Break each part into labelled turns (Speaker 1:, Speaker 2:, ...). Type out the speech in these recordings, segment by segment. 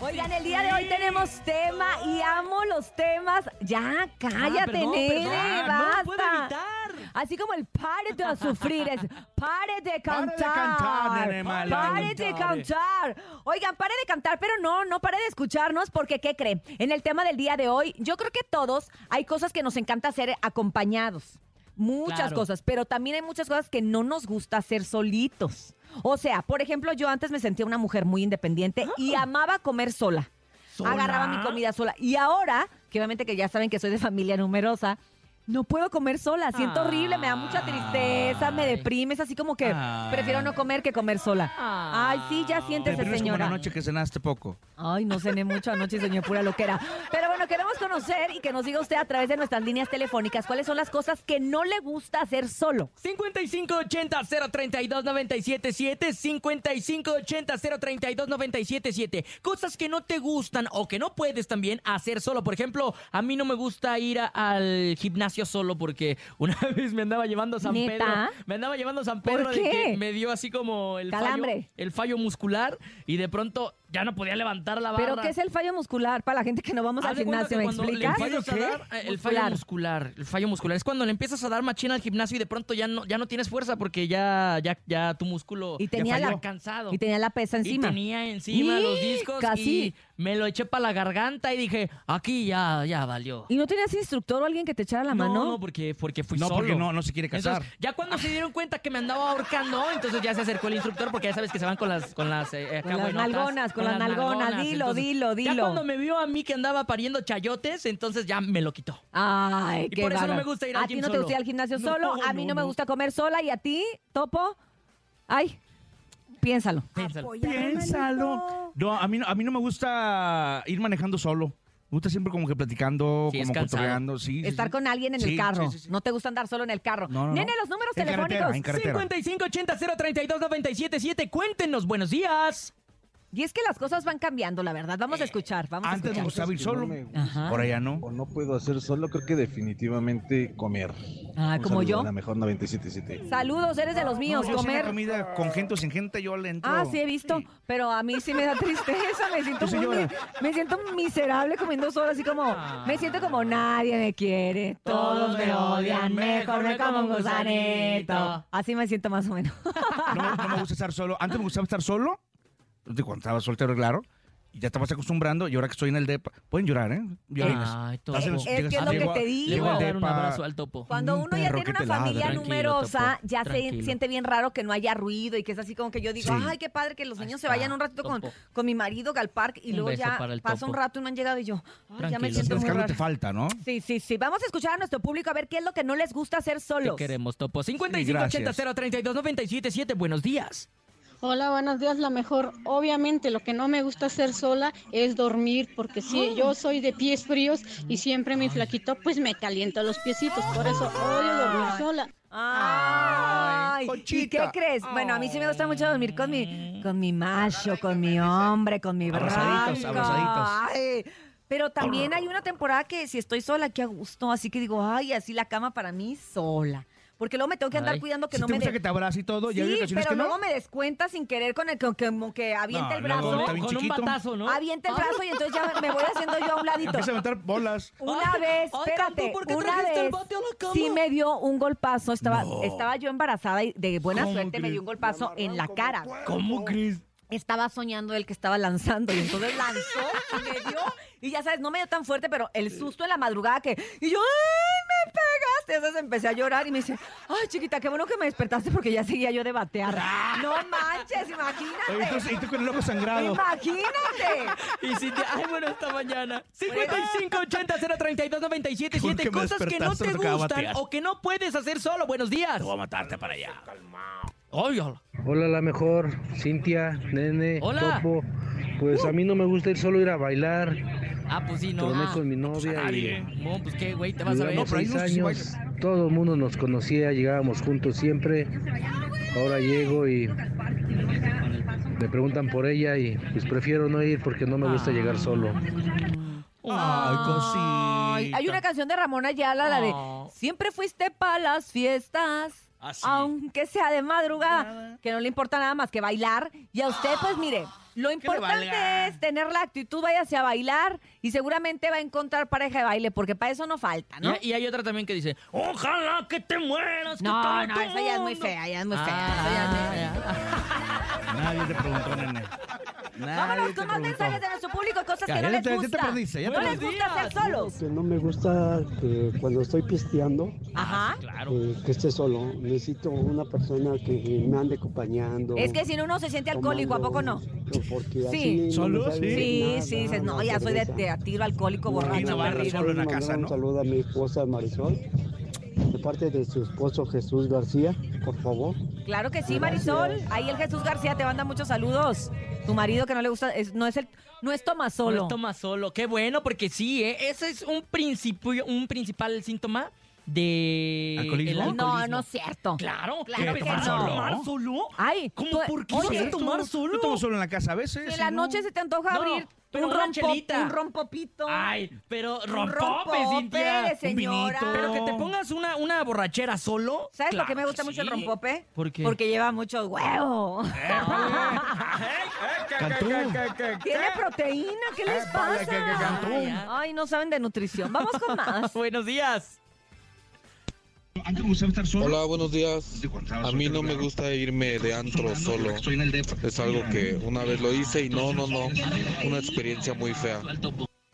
Speaker 1: Oigan, el día de hoy tenemos tema y amo los temas. Ya, cállate,
Speaker 2: Ah, perdón,
Speaker 1: Nene,
Speaker 2: perdón, no
Speaker 1: basta.
Speaker 2: lo puedo evitar.
Speaker 1: Así como el pare de sufrir es pare de cantar.
Speaker 3: cantar, nene mala.
Speaker 1: Pare de cantar. Oigan, pare de cantar, pero no, no pare de escucharnos porque, ¿qué cree? En el tema del día de hoy, yo creo que todos hay cosas que nos encanta hacer acompañados. Muchas
Speaker 2: Claro.
Speaker 1: cosas, pero también hay muchas cosas que no nos gusta hacer solitos. O sea, por ejemplo, yo antes me sentía una mujer muy independiente y amaba comer sola.
Speaker 3: Ah. ¿Sola?
Speaker 1: Agarraba mi comida sola. Y ahora, que obviamente que ya saben que soy de familia numerosa, no puedo comer sola. Siento horrible, me da mucha tristeza, me
Speaker 2: Ay.
Speaker 1: deprime. Es así como que
Speaker 3: Ay.
Speaker 1: prefiero no comer que comer sola. Ay,
Speaker 2: Ay.
Speaker 1: sí, ya
Speaker 3: Te
Speaker 1: siéntese,
Speaker 3: pones como la
Speaker 1: señora.
Speaker 3: noche que cenaste poco.
Speaker 1: Ay, no cené mucho anoche, señor, pura loquera. Pero bueno, queremos conocer y que nos diga usted a través de nuestras líneas telefónicas cuáles son las cosas que no le gusta hacer solo.
Speaker 2: 5580-032-977, 5580-032-977. Cosas que no te gustan o que no puedes también hacer solo. Por ejemplo, a mí no me gusta ir a- al gimnasio solo porque una vez me andaba llevando a San
Speaker 1: ¿Neta?
Speaker 2: Pedro. Me andaba llevando a San Pedro
Speaker 1: ¿Por
Speaker 2: de
Speaker 1: qué?
Speaker 2: que me dio así como el fallo,
Speaker 1: Calambre.
Speaker 2: el fallo muscular y de pronto ya no podía levantar la barra.
Speaker 1: ¿Pero qué es el fallo muscular para la gente que no vamos
Speaker 2: Haz
Speaker 1: al
Speaker 2: de cuenta
Speaker 1: gimnasio?
Speaker 2: que
Speaker 1: ¿Me
Speaker 2: cuando le
Speaker 1: explicas?
Speaker 2: empiezas a dar, eh, el fallo
Speaker 1: Muscular.
Speaker 2: muscular. El fallo muscular. Es cuando le empiezas a dar machina al gimnasio y de pronto ya no, ya no tienes fuerza porque ya, ya, ya tu músculo
Speaker 1: Y tenía
Speaker 2: ya
Speaker 1: la-
Speaker 2: está cansado.
Speaker 1: Y tenía la pesa
Speaker 2: Y
Speaker 1: encima.
Speaker 2: tenía encima los
Speaker 1: ¡Y!
Speaker 2: discos
Speaker 1: Casi.
Speaker 2: y me lo eché para la garganta y dije, aquí ya, ya valió.
Speaker 1: ¿Y no tenías instructor o alguien que te echara la mano?
Speaker 2: No, no, porque, porque fui
Speaker 3: No,
Speaker 2: solo.
Speaker 3: porque no, no se quiere casar.
Speaker 2: Entonces, ya cuando se dieron cuenta que me andaba ahorcando, entonces ya se acercó el instructor porque ya sabes que se van con las con las eh,
Speaker 1: Con
Speaker 2: acá,
Speaker 1: las
Speaker 2: buenotas,
Speaker 1: nalgonas, con las nalgonas. Dilo, dilo,
Speaker 2: Ya
Speaker 1: dilo.
Speaker 2: cuando me vio a mí que andaba pariendo chayotes, entonces ya me lo quitó.
Speaker 1: Ay,
Speaker 2: Y
Speaker 1: qué
Speaker 2: por eso no
Speaker 1: bárbaro.
Speaker 2: me gusta ir al
Speaker 1: A ti
Speaker 2: gym
Speaker 1: no te
Speaker 2: solo.
Speaker 1: gusta ir al gimnasio
Speaker 2: No,
Speaker 1: solo, a mí no,
Speaker 2: no,
Speaker 1: me
Speaker 2: no.
Speaker 1: gusta comer sola y a ti, Topo. Ay, piénsalo.
Speaker 2: Piénsalo.
Speaker 3: Piénsalo. No, a mí, no- a mí no me gusta ir manejando solo. Me gusta siempre como que platicando,
Speaker 2: Sí, es
Speaker 3: como
Speaker 2: cansado.
Speaker 3: cotorreando. Sí, sí,
Speaker 1: Estar
Speaker 3: sí.
Speaker 1: con alguien en
Speaker 3: Sí,
Speaker 1: el carro.
Speaker 3: sí, sí, sí.
Speaker 1: No te gusta andar solo en el carro.
Speaker 3: No, no, no.
Speaker 1: Nene, los números
Speaker 3: En carretera,
Speaker 1: telefónicos.
Speaker 3: en carretera.
Speaker 2: 5580-032-977, cuéntenos, buenos días.
Speaker 1: Y es que las cosas van cambiando, la verdad. Vamos a escuchar, vamos a
Speaker 3: Eh, Antes me
Speaker 1: escuchar.
Speaker 3: gustaba ir
Speaker 4: Pues que no
Speaker 3: solo.
Speaker 4: me gusta
Speaker 1: Ah.
Speaker 2: Ajá.
Speaker 3: Ahora ya no.
Speaker 4: O no puedo hacer solo, creo que definitivamente comer.
Speaker 1: Ah,
Speaker 4: Un
Speaker 1: como
Speaker 4: saludo,
Speaker 1: yo.
Speaker 4: La mejor 977.
Speaker 1: Saludos, eres de los míos.
Speaker 3: No, yo sí en la
Speaker 1: comer.
Speaker 3: comida con gente o sin gente, yo le entro.
Speaker 1: Ah, sí, he visto, pero a mí sí me da tristeza, me siento
Speaker 3: Sí,
Speaker 1: muy, mi-
Speaker 3: señora.
Speaker 1: me siento miserable comiendo sola, así como, me siento como nadie me quiere, Ah. todos me odian, mejor me como un gusanito. Así me siento más o menos.
Speaker 3: No, no me gusta estar solo. Antes me gustaba estar solo. de Cuando estaba soltero, claro. Y ya te vas acostumbrando. Y ahora que estoy en el depa. Pueden llorar, ¿eh? Violines.
Speaker 2: Ay, todo.
Speaker 3: Hacen-
Speaker 2: Es
Speaker 1: que es
Speaker 3: llegas- ah,
Speaker 1: lo que
Speaker 3: llego a-
Speaker 1: te digo.
Speaker 2: Le
Speaker 3: llego
Speaker 2: voy
Speaker 3: al
Speaker 2: a dar un
Speaker 3: depa.
Speaker 2: abrazo al topo.
Speaker 1: Cuando
Speaker 3: Un
Speaker 1: uno ya
Speaker 3: perro
Speaker 1: tiene
Speaker 3: que
Speaker 1: una
Speaker 3: te ladra.
Speaker 1: familia
Speaker 2: Tranquilo,
Speaker 1: numerosa,
Speaker 2: Topo,
Speaker 1: ya se
Speaker 2: tranquilo.
Speaker 1: siente bien raro que no haya ruido y que es así como que yo digo,
Speaker 3: Sí.
Speaker 1: ay, qué padre que los
Speaker 2: Ahí
Speaker 1: niños se
Speaker 2: está,
Speaker 1: vayan un ratito con,
Speaker 2: Topo.
Speaker 1: con mi marido al parque y
Speaker 2: Un
Speaker 1: luego
Speaker 2: beso
Speaker 1: ya
Speaker 2: para el
Speaker 1: pasa un
Speaker 2: Topo.
Speaker 1: rato y no han llegado y yo, ay, ya me
Speaker 2: Tranquilo,
Speaker 1: siento
Speaker 2: Topo.
Speaker 3: Es
Speaker 1: muy
Speaker 3: que algo te
Speaker 1: rara.
Speaker 3: falta, ¿no?
Speaker 1: Sí, sí, sí. Vamos a escuchar a nuestro público a ver qué es lo que no les gusta hacer
Speaker 2: Te
Speaker 1: solos.
Speaker 2: queremos, topo.
Speaker 3: gracias.
Speaker 2: 5580-032-977, buenos días.
Speaker 5: Hola, buenos días. La mejor, obviamente, lo que no me gusta hacer sola es dormir, porque si yo soy de pies fríos y siempre mi flaquito, pues me calienta los piecitos. Por eso odio dormir sola.
Speaker 1: Ay, ¿y qué
Speaker 3: Conchita.
Speaker 1: crees? Bueno, a mí sí me gusta mucho dormir con mi, con mi macho, con mi hombre, con mi blanco.
Speaker 3: Abrazaditos, abrazaditos.
Speaker 1: Ay, pero también hay una temporada que si estoy sola, qué a gusto, así que digo, ay, así la cama para mí sola. Porque luego me tengo que andar
Speaker 2: Ay,
Speaker 1: cuidando que
Speaker 3: Si
Speaker 1: no
Speaker 3: te
Speaker 1: me
Speaker 3: gusta
Speaker 1: dé-
Speaker 3: que te abrace y todo, ya hay
Speaker 1: Sí,
Speaker 3: ocasiones
Speaker 1: pero
Speaker 3: que no.
Speaker 1: luego me descuenta sin querer con el que, como que avienta
Speaker 3: No,
Speaker 1: el
Speaker 3: luego
Speaker 1: brazo.
Speaker 3: está bien
Speaker 2: con un
Speaker 3: chiquito.
Speaker 2: batazo, ¿no?
Speaker 1: Avienta el brazo y entonces ya me voy haciendo yo a un ladito.
Speaker 3: Empieza a aventar bolas.
Speaker 1: Una
Speaker 2: Ay,
Speaker 1: vez,
Speaker 2: ay,
Speaker 1: espérate,
Speaker 2: Cantú, ¿por qué
Speaker 1: una
Speaker 2: trajiste el
Speaker 1: vez
Speaker 2: bote a la cama?
Speaker 1: sí me dio un golpazo, estaba, estaba yo embarazada y de buena suerte me dio un golpazo en la cara. Oh.
Speaker 2: ¿Cómo crees?
Speaker 1: Estaba soñando el que estaba lanzando y entonces lanzó y me dio y ya sabes, no me dio tan fuerte, pero el susto en la madrugada que y yo, "Ay, me pegaste." Entonces empecé a llorar y me dice, "Ay, chiquita, qué bueno que me despertaste porque ya seguía yo de batear." No manches,
Speaker 3: Oye, entonces,
Speaker 1: imagínate.
Speaker 3: y tú con el ojo sangrado.
Speaker 1: Imagínate.
Speaker 2: Y si te... Ay, bueno, esta mañana.
Speaker 3: Juro que
Speaker 2: 5580-032-977,
Speaker 3: me
Speaker 2: cosas que no
Speaker 3: despertaste,
Speaker 2: te
Speaker 3: no te acabo de
Speaker 2: gustan
Speaker 3: batear.
Speaker 2: o que no puedes hacer solo. Buenos días.
Speaker 3: a matarte para allá.
Speaker 2: Ay, hola.
Speaker 6: Hola, la mejor, Cintia, nene,
Speaker 2: Hola.
Speaker 6: Topo. Pues a mí no me gusta ir solo ir a bailar.
Speaker 2: Ah, pues sí, no.
Speaker 6: Troné
Speaker 2: Ah,
Speaker 6: con mi novia
Speaker 3: nadie.
Speaker 6: y
Speaker 2: Bueno, pues qué, güey, te vas a ver.
Speaker 6: duramos
Speaker 3: pero ahí
Speaker 6: seis
Speaker 3: no sé si
Speaker 6: años. Todo el mundo nos conocía, llegábamos juntos siempre. Ahora llego y me preguntan por ella y pues prefiero no ir porque no me
Speaker 2: Ah.
Speaker 6: gusta llegar solo.
Speaker 3: Ay, cosita.
Speaker 1: Ay, hay una canción de Ramón Ayala, la de
Speaker 2: Oh.
Speaker 1: Siempre fuiste para las fiestas.
Speaker 2: Ah, sí.
Speaker 1: Aunque sea de madrugada, que no le importa nada más que bailar. Y a usted, pues mire, Lo
Speaker 3: le valga.
Speaker 1: importante es tener la actitud, váyase a bailar y seguramente va a encontrar pareja de baile, porque para eso no falta, ¿no?
Speaker 2: Y, y hay otra también que dice, ojalá que te mueras. que
Speaker 1: No,
Speaker 2: todo
Speaker 1: no,
Speaker 2: tu
Speaker 1: esa ya es muy
Speaker 2: mundo".
Speaker 1: fea, ya es muy fea.
Speaker 2: Ah,
Speaker 1: esa ya es muy fea.
Speaker 2: ya.
Speaker 3: Nadie te preguntó, nene. Nadie
Speaker 1: Vámonos
Speaker 3: te
Speaker 1: con más
Speaker 3: preguntó.
Speaker 1: mensajes de nuestro público, cosas que no
Speaker 3: Karen,
Speaker 1: les
Speaker 3: ya te- ya te
Speaker 1: gusta.
Speaker 3: perdiste, ya
Speaker 1: no
Speaker 3: te
Speaker 1: les
Speaker 2: perdiste.
Speaker 1: gusta hacer solos.
Speaker 7: Que Este, no me gusta que cuando estoy pisteando,
Speaker 1: Ajá.
Speaker 2: Ah, Claro.
Speaker 7: eh, que esté solo. Necesito una persona que me ande acompañando.
Speaker 1: Es que si no, uno se siente alcohólico, ¿a poco no?
Speaker 7: tomando, Porque así
Speaker 1: Sí.
Speaker 7: no me
Speaker 3: ¿Solo?
Speaker 7: sabe
Speaker 3: Sí.
Speaker 1: Sí,
Speaker 7: nada,
Speaker 1: sí, dices, no, ya soy de,
Speaker 7: cerveza.
Speaker 1: de a tiro alcohólico, borracho,
Speaker 3: Marina Barra,
Speaker 1: perdido.
Speaker 3: solo en la
Speaker 7: Quiero mandar
Speaker 3: casa, ¿no?
Speaker 7: Un saludo a mi esposa Marisol, de parte de su esposo Jesús García, por favor.
Speaker 1: Claro que sí, Marisol. Ahí el Jesús García te manda muchos saludos. Tu marido que no le gusta, es- no es el, no es toma
Speaker 2: Solo.
Speaker 1: solo.
Speaker 2: Toma solo. Qué bueno, porque sí, ¿eh? ese es un, principio, un principal síntoma de...
Speaker 3: ¿Alcoholismo?
Speaker 2: el
Speaker 1: No,
Speaker 2: alcoholismo.
Speaker 1: no es cierto.
Speaker 2: Claro,
Speaker 1: Claro
Speaker 2: ¿Qué
Speaker 1: que
Speaker 2: vas a
Speaker 1: no.
Speaker 2: tomar solo?
Speaker 1: Ay,
Speaker 2: ¿Cómo?
Speaker 1: tú-
Speaker 2: ¿Por qué
Speaker 1: oye,
Speaker 2: vas a
Speaker 1: tú-
Speaker 2: tomar solo?
Speaker 3: Yo tomo solo en la casa a veces.
Speaker 1: En
Speaker 3: si
Speaker 1: la
Speaker 3: no-
Speaker 1: noche se te antoja
Speaker 2: No,
Speaker 1: abrir
Speaker 2: pero
Speaker 1: un,
Speaker 2: una
Speaker 1: rompo,
Speaker 2: chelita.
Speaker 1: un rompopito.
Speaker 2: Ay, pero rompope,
Speaker 1: rompope,
Speaker 2: Cintia.
Speaker 1: señora.
Speaker 2: Un vinito. Pero que te pongas una, una borrachera solo.
Speaker 1: ¿Sabes
Speaker 2: claro
Speaker 1: por qué me gusta
Speaker 2: que
Speaker 1: mucho el
Speaker 2: sí.
Speaker 1: rompope?
Speaker 2: ¿Por qué? Eh.
Speaker 1: Porque lleva mucho huevo.
Speaker 3: Cantú.
Speaker 1: Tiene proteína, ¿qué les pasa?
Speaker 3: que- que
Speaker 2: cantó.
Speaker 1: Ay, no saben de nutrición. Vamos con más.
Speaker 2: Buenos días.
Speaker 3: Antes me gustaba estar solo.
Speaker 8: Hola, buenos días.
Speaker 3: Digo, entraba
Speaker 8: A mí
Speaker 3: soltero,
Speaker 8: no me
Speaker 3: claro.
Speaker 8: gusta irme de antro
Speaker 3: Sobrando,
Speaker 8: solo.
Speaker 3: yo Estoy en el depa.
Speaker 8: Es algo que una vez lo hice y no, no, no. Una experiencia muy fea.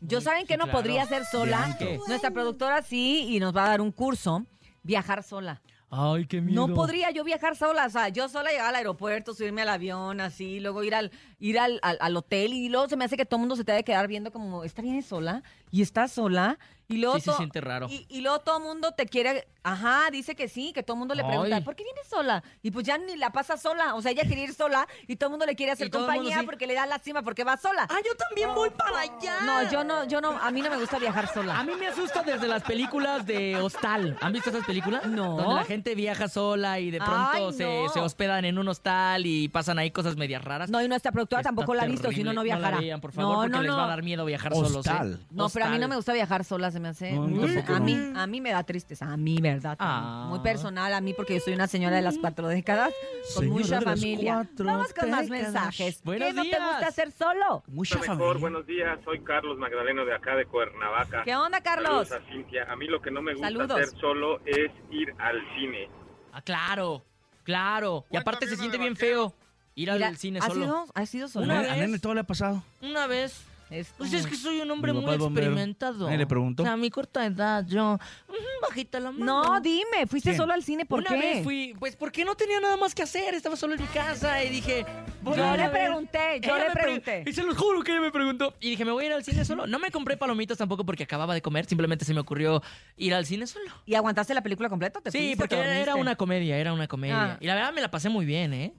Speaker 1: Yo saben que no
Speaker 2: claro.
Speaker 1: podría ser sola.
Speaker 2: Bien.
Speaker 1: Nuestra productora sí y nos va a dar un curso. Viajar sola.
Speaker 2: Ay, qué miedo.
Speaker 1: No podría yo viajar sola. O sea, yo sola llegar al aeropuerto, subirme al avión, así, luego ir al, ir al, al- al hotel y luego se me hace que todo el mundo se te ha de quedar viendo como, esta viene sola y está sola. Y luego
Speaker 2: Sí se
Speaker 1: to-
Speaker 2: siente raro.
Speaker 1: Y, y luego todo el mundo te quiere, ajá, dice que sí, que todo el mundo le pregunta,
Speaker 2: Ay.
Speaker 1: ¿por qué vienes sola? Y pues ya ni la pasa sola. O sea, ella quiere ir sola y todo el mundo le quiere hacer
Speaker 2: Y todo el mundo
Speaker 1: compañía
Speaker 2: sí.
Speaker 1: porque le da lástima porque va sola.
Speaker 2: Ah, yo también voy para allá.
Speaker 1: No, yo no, yo no, a mí no me gusta viajar sola.
Speaker 2: A mí me asusta desde las películas de hostal. ¿Han visto esas películas?
Speaker 1: No.
Speaker 2: Donde la gente viaja sola y de pronto
Speaker 1: Ay,
Speaker 2: se,
Speaker 1: no.
Speaker 2: se hospedan en un hostal y pasan ahí cosas medias raras.
Speaker 1: No, y nuestra productora
Speaker 2: Está
Speaker 1: tampoco la ha visto, si
Speaker 2: terrible.
Speaker 1: no, no
Speaker 2: No
Speaker 1: viajará.
Speaker 2: la vean, por favor, porque les va a dar miedo viajar solos. ¿eh?
Speaker 3: Hostal.
Speaker 1: No, pero a mí no
Speaker 2: Hostal.
Speaker 1: me gusta viajar sola, se me hace.
Speaker 3: No, a mí
Speaker 1: muy-
Speaker 3: tampoco,
Speaker 1: a
Speaker 3: no.
Speaker 1: mí, a mí me da tristeza, a mí, ¿verdad?
Speaker 2: Ah.
Speaker 1: Muy personal, a mí, porque yo soy una señora de las cuatro décadas, con
Speaker 3: Mm. Señora
Speaker 1: mucha
Speaker 3: de las
Speaker 1: familia.
Speaker 3: cuatro
Speaker 1: Vamos con más
Speaker 3: décadas.
Speaker 1: mensajes. ¿Qué
Speaker 2: Buenos
Speaker 1: no te
Speaker 2: días.
Speaker 1: gusta hacer solo?
Speaker 2: Mucha
Speaker 9: Lo mejor, buenos días. Soy Carlos Magdaleno de acá de Cuernavaca.
Speaker 1: ¿Qué onda, Carlos?
Speaker 9: Saludos a Cintia. A mí lo que no me gusta
Speaker 1: Saludos.
Speaker 9: hacer solo es ir al cine.
Speaker 2: Ah, claro, claro. Y aparte se siente bien feo ir
Speaker 1: Mira,
Speaker 2: al cine
Speaker 1: ¿has
Speaker 2: solo.
Speaker 1: Sido, ¿Has sido
Speaker 3: A
Speaker 1: solo?
Speaker 2: Una
Speaker 3: nene-
Speaker 2: vez.
Speaker 3: a nene todo le ha pasado.
Speaker 2: Una vez.
Speaker 1: Es
Speaker 2: Pues es que soy un hombre
Speaker 3: Mi
Speaker 2: muy
Speaker 3: papá es bombero.
Speaker 2: experimentado.
Speaker 3: Nadie le preguntó.
Speaker 2: O sea, a mi corta edad, yo. mm, Bajita la mano.
Speaker 1: No, dime, ¿fuiste
Speaker 3: ¿Quién?
Speaker 1: solo al cine? ¿Por
Speaker 2: Una
Speaker 1: qué?
Speaker 2: vez fui, pues porque no tenía nada más que hacer, estaba solo en mi casa y dije, voy a
Speaker 1: Yo
Speaker 2: ir
Speaker 1: le
Speaker 2: a ver.
Speaker 1: pregunté, yo le
Speaker 2: Ella me pre-
Speaker 1: pregunté.
Speaker 2: Y se los juro que ella me preguntó. Y dije, me voy a ir al cine solo. No me compré palomitas tampoco porque acababa de comer, simplemente se me ocurrió ir al cine solo.
Speaker 1: ¿Y aguantaste la película completa? ¿Te
Speaker 2: Sí,
Speaker 1: fuiste,
Speaker 2: porque
Speaker 1: te
Speaker 2: era, era
Speaker 1: dormiste?
Speaker 2: una comedia, era una comedia.
Speaker 1: Ah.
Speaker 2: Y la verdad me la pasé muy bien, ¿eh?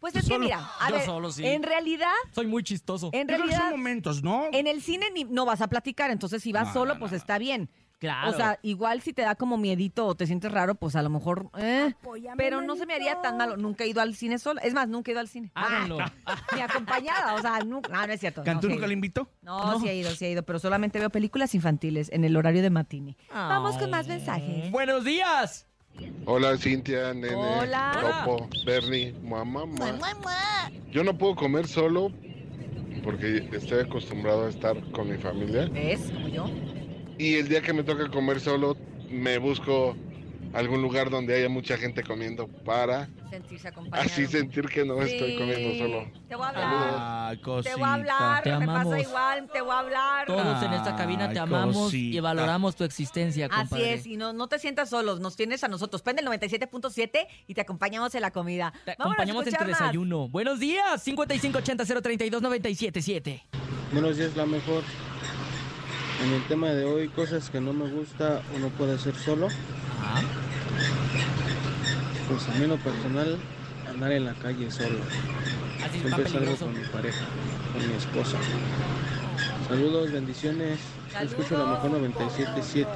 Speaker 1: Pues
Speaker 3: Yo
Speaker 1: es que
Speaker 3: solo.
Speaker 1: mira, a
Speaker 2: Yo
Speaker 1: ver,
Speaker 2: solo, sí.
Speaker 1: en realidad,
Speaker 2: Soy muy chistoso.
Speaker 1: en
Speaker 3: Yo creo que son
Speaker 1: realidad,
Speaker 3: momentos, ¿no?
Speaker 1: en el cine ni- no vas a platicar, entonces si vas
Speaker 3: No,
Speaker 1: solo,
Speaker 3: no,
Speaker 1: pues
Speaker 3: no,
Speaker 1: está bien.
Speaker 2: Claro.
Speaker 1: O sea, igual si te da como miedito o te sientes raro, pues a lo mejor, eh, pero no se me haría tan malo. Nunca he ido al cine sola, es más, nunca he ido al cine.
Speaker 2: Háganlo.
Speaker 1: Ah, ni acompañada, o sea, nunca, no, no es cierto.
Speaker 3: ¿Cantú
Speaker 1: no, sí.
Speaker 3: nunca le invitó?
Speaker 1: No, sí he ido, sí he ido, pero solamente veo películas infantiles en el horario de matine. Vamos con más
Speaker 2: Ay.
Speaker 1: mensajes.
Speaker 2: Buenos días.
Speaker 10: Hola Cintia, nene,
Speaker 1: Hola.
Speaker 10: Topo, Bernie, mamá, mamá. Yo no puedo comer solo porque estoy acostumbrado a estar con mi familia.
Speaker 1: ¿Ves? Como yo.
Speaker 10: Y el día que me toca comer solo, me busco algún lugar donde haya mucha gente comiendo para
Speaker 1: Sentirse acompañado.
Speaker 10: así sentir que no estoy
Speaker 1: Sí.
Speaker 10: comiendo solo.
Speaker 1: Te voy a hablar.
Speaker 10: Saludos.
Speaker 3: Ah, cosita.
Speaker 1: Te voy a hablar,
Speaker 2: Te
Speaker 1: me pasa
Speaker 2: amamos.
Speaker 1: igual, te voy a hablar.
Speaker 2: Todos en esta cabina te
Speaker 3: Ay,
Speaker 2: amamos y
Speaker 3: cosita.
Speaker 2: valoramos tu existencia,
Speaker 1: Así
Speaker 2: compadre.
Speaker 1: es, y no, no te sientas solos, nos tienes a nosotros. Prende el 97.7 y te acompañamos en la comida.
Speaker 2: Te
Speaker 1: Vámonos a
Speaker 2: acompañamos en tu
Speaker 1: escuchar más.
Speaker 2: desayuno. Buenos días, 5580-032-977.
Speaker 11: Buenos días, la mejor. En el tema de hoy, cosas que no me gusta o no puedo hacer solo.
Speaker 2: Ah,
Speaker 11: Pues a mí en lo personal, andar en la calle solo.
Speaker 2: Así está
Speaker 11: Siempre salgo
Speaker 2: peligroso.
Speaker 11: con mi pareja, con mi esposa. Saludos, bendiciones. Yo Escucho la mejor 977.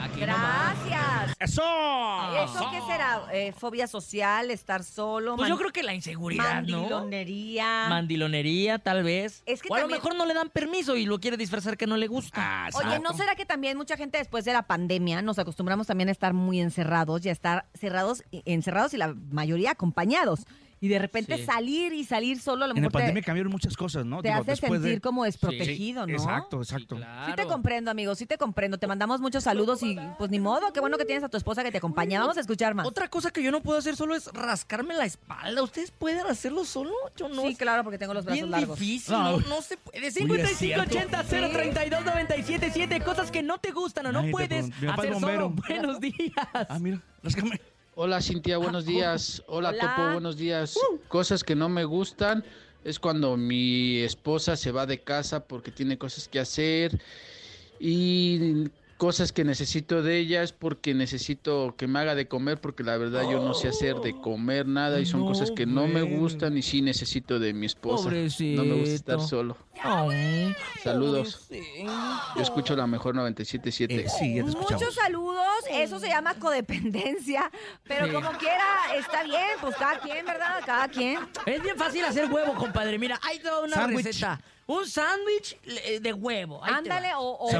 Speaker 2: Aquí nomás.
Speaker 1: Gracias.
Speaker 3: ¡Eso!
Speaker 2: Ah.
Speaker 1: ¿Eso qué será? Eh, ¿Fobia social? ¿estar solo?
Speaker 2: Pues yo
Speaker 1: man-
Speaker 2: creo que la inseguridad, ¿no?
Speaker 1: Mandilonería.
Speaker 2: Mandilonería, tal vez.
Speaker 1: Es que
Speaker 2: o a
Speaker 1: también-
Speaker 2: lo mejor no le dan permiso y lo quiere disfrazar que no le gusta.
Speaker 3: Ah,
Speaker 1: Oye, ¿no
Speaker 3: exacto.
Speaker 1: será que también mucha gente después de la pandemia nos acostumbramos también a estar muy encerrados y a estar cerrados, encerrados y la mayoría acompañados? Y de repente
Speaker 3: Sí.
Speaker 1: salir y salir solo a lo
Speaker 3: En la
Speaker 1: mejor te-
Speaker 3: pandemia cambiaron muchas cosas, ¿no?
Speaker 1: te hace sentir como desprotegido, ¿no?
Speaker 3: Exacto, exacto.
Speaker 1: Sí te comprendo, amigo, sí te comprendo. Te mandamos muchos saludos y pues ni modo, qué bueno que tienes a tu esposa que te acompaña. Vamos a escuchar más.
Speaker 2: Otra cosa que yo no puedo hacer solo es rascarme la espalda. ¿Ustedes pueden hacerlo solo? Yo no.
Speaker 1: Sí, claro, porque tengo los brazos
Speaker 2: Bien
Speaker 1: largos.
Speaker 2: difícil, no, no se puede. 5580 032 977 cosas que no te gustan o no
Speaker 11: Nadie te
Speaker 2: puedes
Speaker 11: preguntó. Mi papá es
Speaker 2: hacer
Speaker 11: bombero.
Speaker 2: solo. Buenos días. Ah,
Speaker 3: mira,
Speaker 11: Hola Cintia, buenos días. Hola,
Speaker 2: Hola. Uh.
Speaker 11: Topo, buenos días. Cosas que no me gustan es cuando mi esposa se va de casa porque tiene cosas que hacer y cosas que necesito de ella es porque necesito que me haga de comer porque la verdad yo no sé hacer de comer nada y son
Speaker 2: No,
Speaker 11: cosas que no me
Speaker 2: bueno.
Speaker 11: gustan y sí necesito de mi esposa. No me gusta estar
Speaker 2: Pobrecito.
Speaker 11: solo.
Speaker 2: Ay,
Speaker 11: Saludos.
Speaker 2: pobrecito.
Speaker 11: Yo escucho la mejor 977.
Speaker 3: Eh, sí, ya
Speaker 1: Muchos saludos, eso se llama codependencia, pero
Speaker 11: Sí.
Speaker 1: como quiera, está bien, pues cada quien, ¿verdad? Cada quien.
Speaker 2: Es bien fácil hacer huevo, compadre. Mira, hay toda una
Speaker 1: Sándwich.
Speaker 2: receta. Un sándwich eh, de huevo. Ahí te
Speaker 1: Ándale,
Speaker 2: va.
Speaker 1: o, o- o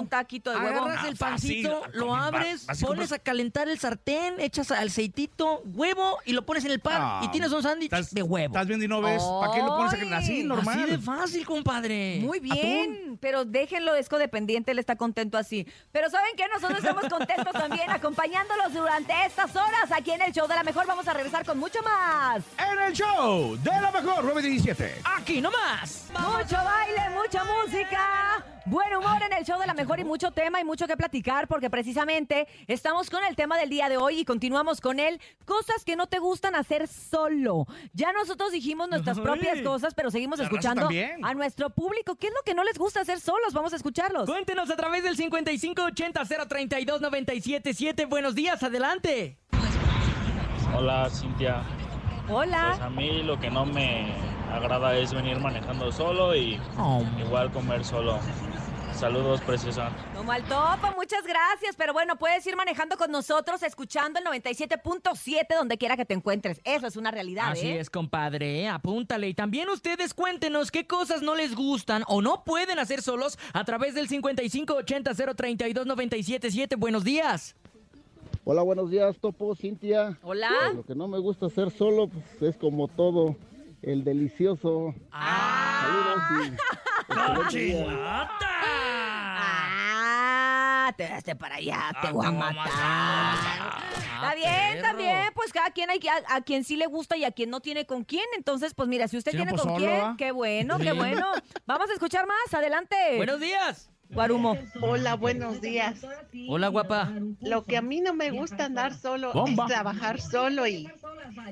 Speaker 1: un taquito de huevo.
Speaker 2: Agarras el pancito, lo
Speaker 1: Va-
Speaker 2: abres,
Speaker 1: vas y
Speaker 2: pones
Speaker 1: compras-
Speaker 2: a calentar el sartén, echas aceitito, huevo y lo pones en el pan
Speaker 3: Ah,
Speaker 2: y tienes un sándwich de huevo.
Speaker 3: Estás viendo y no ves. ¿Para qué lo pones aquí? así, normal?
Speaker 2: Así de fácil, compadre.
Speaker 1: Muy bien, pero déjenlo, es codependiente, él está contento así. Pero ¿saben qué? Nosotros estamos contentos también acompañándolos durante estas horas aquí en el show de la mejor. Vamos a regresar con mucho más.
Speaker 3: En el show de la mejor 917.
Speaker 2: Aquí nomás.
Speaker 1: Mucho baile, mucha música, buen humor en el show de la mejor y mucho tema y mucho que platicar porque precisamente estamos con el tema del día de hoy y continuamos con él, cosas que no te gustan hacer solo. Ya nosotros dijimos nuestras
Speaker 2: Ay.
Speaker 1: propias cosas, pero seguimos
Speaker 2: La raza
Speaker 1: escuchando
Speaker 2: también.
Speaker 1: a nuestro público. ¿Qué es lo que no les gusta hacer solos? Vamos a escucharlos.
Speaker 2: Cuéntenos a través del 5580-032-977. Buenos días, adelante.
Speaker 12: Hola Cintia. Pues
Speaker 1: Hola.
Speaker 12: a mí lo que no me agrada es venir manejando solo y
Speaker 1: Oh.
Speaker 12: igual comer solo. Saludos, preciosa.
Speaker 1: Como al topo, muchas gracias. Pero bueno, puedes ir manejando con nosotros, escuchando el 97.7 donde quiera que te encuentres. Eso es una realidad,
Speaker 2: Así
Speaker 1: ¿eh?
Speaker 2: es, compadre, ¿eh? apúntale. Y también ustedes cuéntenos qué cosas no les gustan o no pueden hacer solos a través del 5580-032-977. Buenos días.
Speaker 13: Hola, buenos días, Topo, Cintia.
Speaker 1: Hola.
Speaker 2: Uh.
Speaker 13: Pues, lo que no me gusta hacer solo pues, es como todo, el delicioso. Saludos y- excelente día.
Speaker 1: Ah, te daste para allá, te voy a matar. Está bien, está
Speaker 2: perro.
Speaker 1: bien. Pues cada quien hay que- a, a quien sí le gusta y a quien no tiene con quién. Entonces, pues mira, si usted
Speaker 2: Sí, no,
Speaker 1: tiene
Speaker 2: pues,
Speaker 1: con
Speaker 2: solo,
Speaker 1: quién,
Speaker 2: ¿va?
Speaker 1: qué bueno, qué
Speaker 2: Sí.
Speaker 1: bueno. Vamos a escuchar más, adelante.
Speaker 2: Buenos días.
Speaker 1: Guarumo.
Speaker 14: Hola, buenos días.
Speaker 2: Hola, guapa.
Speaker 14: Lo que a mí no me gusta andar solo
Speaker 2: Bomba.
Speaker 14: es trabajar solo y,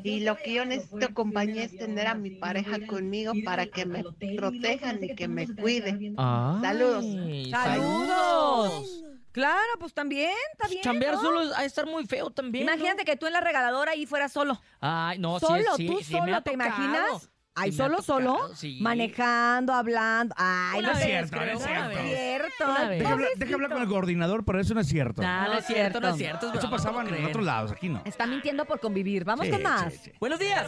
Speaker 14: y lo que yo necesito compañía es tener a mi pareja conmigo para que me protejan y que me cuiden.
Speaker 3: Ah.
Speaker 2: Ay,
Speaker 14: Saludos.
Speaker 1: Saludos. Claro, pues también, está bien.
Speaker 2: chambear
Speaker 1: ¿no?
Speaker 2: solo es- ha de estar muy feo también. ¿no?
Speaker 1: Imagínate que tú en la regaladora ahí fueras solo.
Speaker 2: Ay, no, sí,
Speaker 1: solo,
Speaker 2: sí,
Speaker 1: tú
Speaker 2: sí me
Speaker 1: solo,
Speaker 2: ha
Speaker 1: ¿te
Speaker 2: tocado.
Speaker 1: imaginas? Ay,
Speaker 2: Sí me ha
Speaker 1: solo, solo,
Speaker 2: tocado, sí.
Speaker 1: manejando, hablando. Ay,
Speaker 2: Una
Speaker 1: no
Speaker 2: vez,
Speaker 1: te
Speaker 2: cierto,
Speaker 1: descreo,
Speaker 2: es cierto.
Speaker 1: no es cierto.
Speaker 2: Una
Speaker 1: ay,
Speaker 2: vez.
Speaker 3: Deja hablar,
Speaker 1: pobrecito.
Speaker 3: deja hablar con el coordinador, pero eso no es cierto.
Speaker 2: Ah, No, no es cierto, no es cierto, es
Speaker 3: Eso
Speaker 2: broma,
Speaker 3: pasaba
Speaker 2: no
Speaker 3: en
Speaker 2: creen.
Speaker 3: otros lados, aquí no.
Speaker 1: Está mintiendo por convivir. Vamos
Speaker 3: Sí,
Speaker 1: con más.
Speaker 3: sí, sí.
Speaker 2: Buenos días.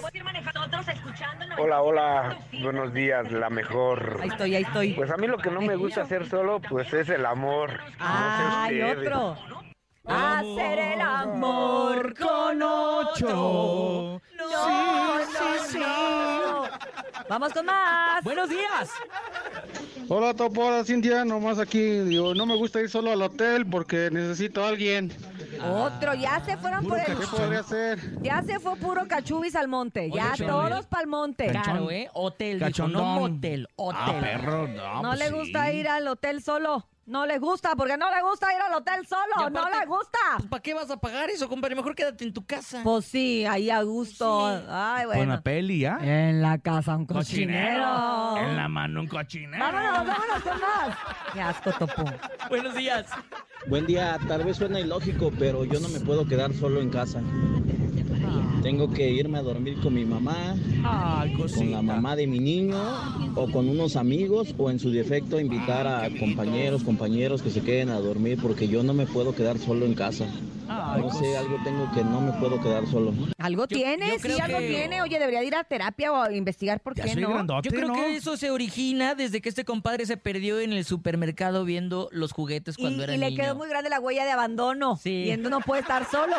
Speaker 15: Hola, hola, buenos días, la mejor.
Speaker 1: Ahí estoy, ahí estoy.
Speaker 15: Pues a mí lo que no me gusta hacer solo, pues es el amor.
Speaker 1: Ay,
Speaker 15: ustedes.
Speaker 1: otro. Hacer el amor con ocho. No, sí, sí, Vamos con más.
Speaker 2: Buenos días.
Speaker 16: Hola Topo, hola Cintia, nomás aquí, digo, no me gusta ir solo al hotel porque necesito a alguien.
Speaker 1: Otro, ya
Speaker 3: Ah,
Speaker 1: se fueron por el.
Speaker 16: ¿Qué podría hacer?
Speaker 1: Ya se fue puro cachubis al monte. Ya
Speaker 2: Oye,
Speaker 1: todos pa'l monte.
Speaker 2: Claro, ¿eh? Hotel, dijo,
Speaker 3: Cachondón.
Speaker 2: no motel, hotel.
Speaker 3: Ah, perro, no.
Speaker 1: No
Speaker 3: pues
Speaker 1: le
Speaker 3: sí.
Speaker 1: gusta ir al hotel solo. No le gusta, porque no le gusta ir al hotel solo.
Speaker 2: Y
Speaker 1: no
Speaker 2: aparte,
Speaker 1: le gusta.
Speaker 2: Ah, ¿Para qué vas a pagar eso, compadre? Mejor quédate en tu casa.
Speaker 1: Pues sí, ahí a gusto. Ay,
Speaker 3: Con
Speaker 1: bueno. Eh,
Speaker 3: la peli, ¿ya?
Speaker 1: En la casa un
Speaker 3: cochinero.
Speaker 1: cochinero.
Speaker 3: En la mano un cochinero.
Speaker 1: Vámonos, vámonos con más. Qué asco, Topo.
Speaker 2: Buenos días.
Speaker 17: Buen día, tal vez suena ilógico, pero yo no me puedo quedar solo en casa. Tengo que irme a dormir con mi mamá, con la mamá de mi niño, o con unos amigos, o en su defecto invitar a compañeros, compañeros que se queden a dormir, porque yo no me puedo quedar solo en casa. No sé, algo tengo que no me puedo quedar solo.
Speaker 1: Algo tiene,
Speaker 2: yo
Speaker 1: sí,
Speaker 2: creo
Speaker 1: algo
Speaker 2: que-
Speaker 1: tiene. Oye, debería de ir a terapia o a investigar por qué no.
Speaker 2: Yo creo que eso se origina desde que este compadre se perdió en el supermercado viendo los juguetes cuando
Speaker 1: y,
Speaker 2: era
Speaker 1: y
Speaker 2: niño.
Speaker 1: le quedó muy grande la huella de abandono.
Speaker 2: Sí.
Speaker 1: Y él no puede estar solo.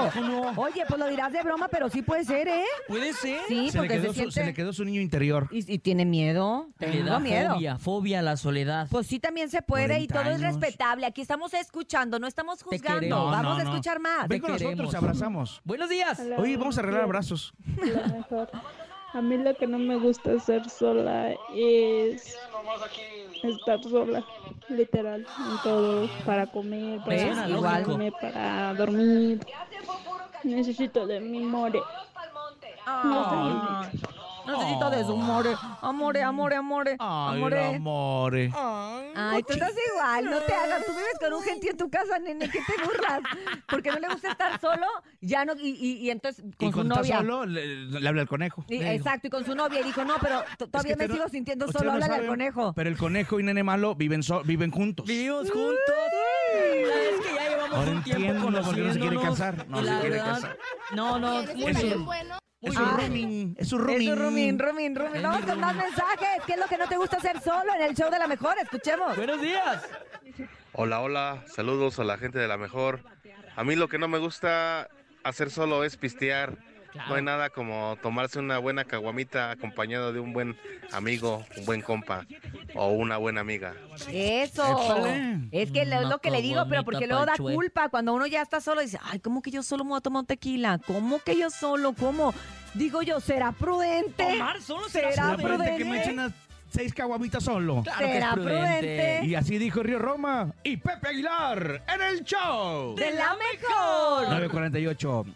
Speaker 1: Oye, pues lo dirás de broma, pero sí puede ser, ¿eh?
Speaker 2: Puede ser.
Speaker 1: Sí,
Speaker 3: se, le
Speaker 1: porque
Speaker 3: quedó
Speaker 1: se
Speaker 3: su,
Speaker 1: siente...
Speaker 3: se le quedó su niño interior.
Speaker 1: Y, y tiene miedo.
Speaker 2: Le
Speaker 1: Tengo
Speaker 2: da
Speaker 1: miedo.
Speaker 2: fobia, fobia a la soledad.
Speaker 1: Pues sí, también se puede y
Speaker 2: 40
Speaker 1: todo es
Speaker 2: años.
Speaker 1: respetable. Aquí estamos escuchando, no estamos juzgando.
Speaker 2: queremos.
Speaker 1: Vamos
Speaker 2: No,
Speaker 1: a
Speaker 2: no, no.
Speaker 1: escuchar más.
Speaker 3: Ven con nosotros, abrazamos.
Speaker 2: Buenos días.
Speaker 18: Hola,
Speaker 3: Oye, vamos a arreglar
Speaker 18: buenos
Speaker 3: abrazos.
Speaker 18: Lo mejor. A mí lo que no me gusta hacer sola es estar sola, literal, en todo, para comer, para
Speaker 1: ¿Ves?
Speaker 18: bañarme,
Speaker 1: Igual.
Speaker 18: para dormir. Necesito de mi more.
Speaker 1: Ay. Necesito de su amore. Amore, amore, amore. amore.
Speaker 3: amore.
Speaker 1: Ah, Ay, tú estás igual, no te hagas. Tú vives con un gentío en tu casa, nene, ¿qué te burlas? Porque no le gusta estar solo, ya no, y, y- y entonces con
Speaker 3: y
Speaker 1: su
Speaker 3: cuando está
Speaker 1: novia.
Speaker 3: solo, le, le habla al conejo.
Speaker 1: Y- exacto, y con su novia, y dijo, no, pero t- todavía me sigo sintiendo
Speaker 3: Ustedes
Speaker 1: solo, háblale al
Speaker 3: saben,
Speaker 1: conejo.
Speaker 3: Pero el conejo y Nene Malo viven, so- viven juntos.
Speaker 2: Vivimos juntos. Sabes que ya llevamos
Speaker 3: Ahora
Speaker 2: un tiempo
Speaker 3: entiendo por qué no se quiere
Speaker 2: conociéndonos.
Speaker 3: casar. No
Speaker 2: Y
Speaker 3: se
Speaker 2: la
Speaker 3: quiere
Speaker 2: verdad-
Speaker 3: casar.
Speaker 2: No, no. muy bien.
Speaker 3: Es un rooming. Es un rooming.
Speaker 1: Es un rooming, rooming, rooming.
Speaker 3: Es
Speaker 1: Vamos
Speaker 3: mi
Speaker 1: con más
Speaker 3: rooming.
Speaker 1: mensajes. ¿Qué es lo que no te gusta hacer solo en el show de la mejor? Escuchemos.
Speaker 2: Buenos días.
Speaker 19: Hola, hola, saludos a la gente de la mejor. A mí lo que no me gusta hacer solo es pistear. No hay nada como tomarse una buena caguamita acompañado de un buen amigo, un buen compa o una buena amiga.
Speaker 1: Eso.
Speaker 19: Épale.
Speaker 1: Es que lo- es lo que le digo, pero
Speaker 19: Macahuamita
Speaker 1: porque luego da
Speaker 19: pa'l chue.
Speaker 1: culpa cuando uno ya está solo dice, ay, ¿cómo que yo solo me voy a tomar un tequila? ¿Cómo que yo solo? ¿Cómo? Digo yo, ¿será prudente?
Speaker 2: Tomar solo será
Speaker 1: Ah,
Speaker 2: prudente,
Speaker 3: que me echen unas seis caguamitas solo.
Speaker 1: Claro que es Será prudente. prudente.
Speaker 3: Y así dijo Río Roma y Pepe Aguilar en el show.
Speaker 1: De la mejor.
Speaker 3: 948.